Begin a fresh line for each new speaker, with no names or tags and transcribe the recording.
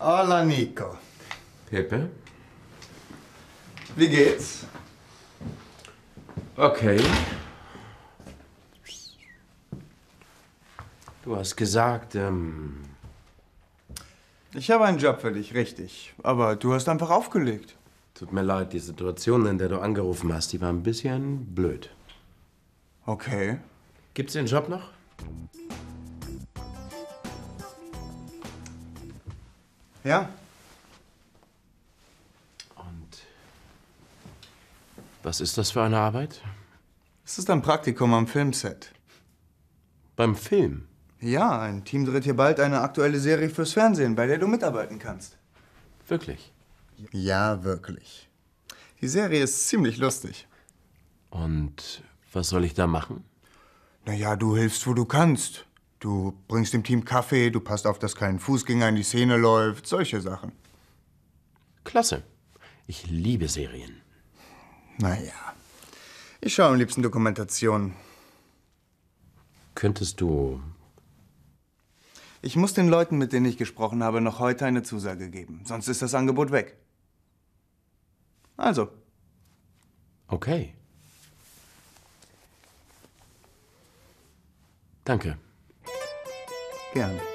Hola Nico.
Pepe?
Wie geht's?
Okay. Du hast gesagt, ähm,
Ich habe einen Job für dich, richtig. Aber du hast einfach aufgelegt.
tut mir leid, die Situation, in der du angerufen hast, die war ein bisschen blöd.
Okay.
Gibt's den Job noch?
Ja?
Und was ist das für eine Arbeit?
Es ist ein Praktikum am Filmset.
Beim Film.
Ja, ein Team dreht hier bald eine aktuelle Serie fürs Fernsehen, bei der du mitarbeiten kannst.
Wirklich.
Ja, wirklich. Die Serie ist ziemlich lustig.
Und was soll ich da machen?
Naja, du hilfst, wo du kannst. Du bringst dem Team Kaffee, du passt auf, dass kein Fußgänger in die Szene läuft, solche Sachen.
Klasse. Ich liebe Serien.
Naja. Ich schaue am liebsten Dokumentationen.
Könntest du.
Ich muss den Leuten, mit denen ich gesprochen habe, noch heute eine Zusage geben. Sonst ist das Angebot weg. Also,
Okay. Danke.
gerne.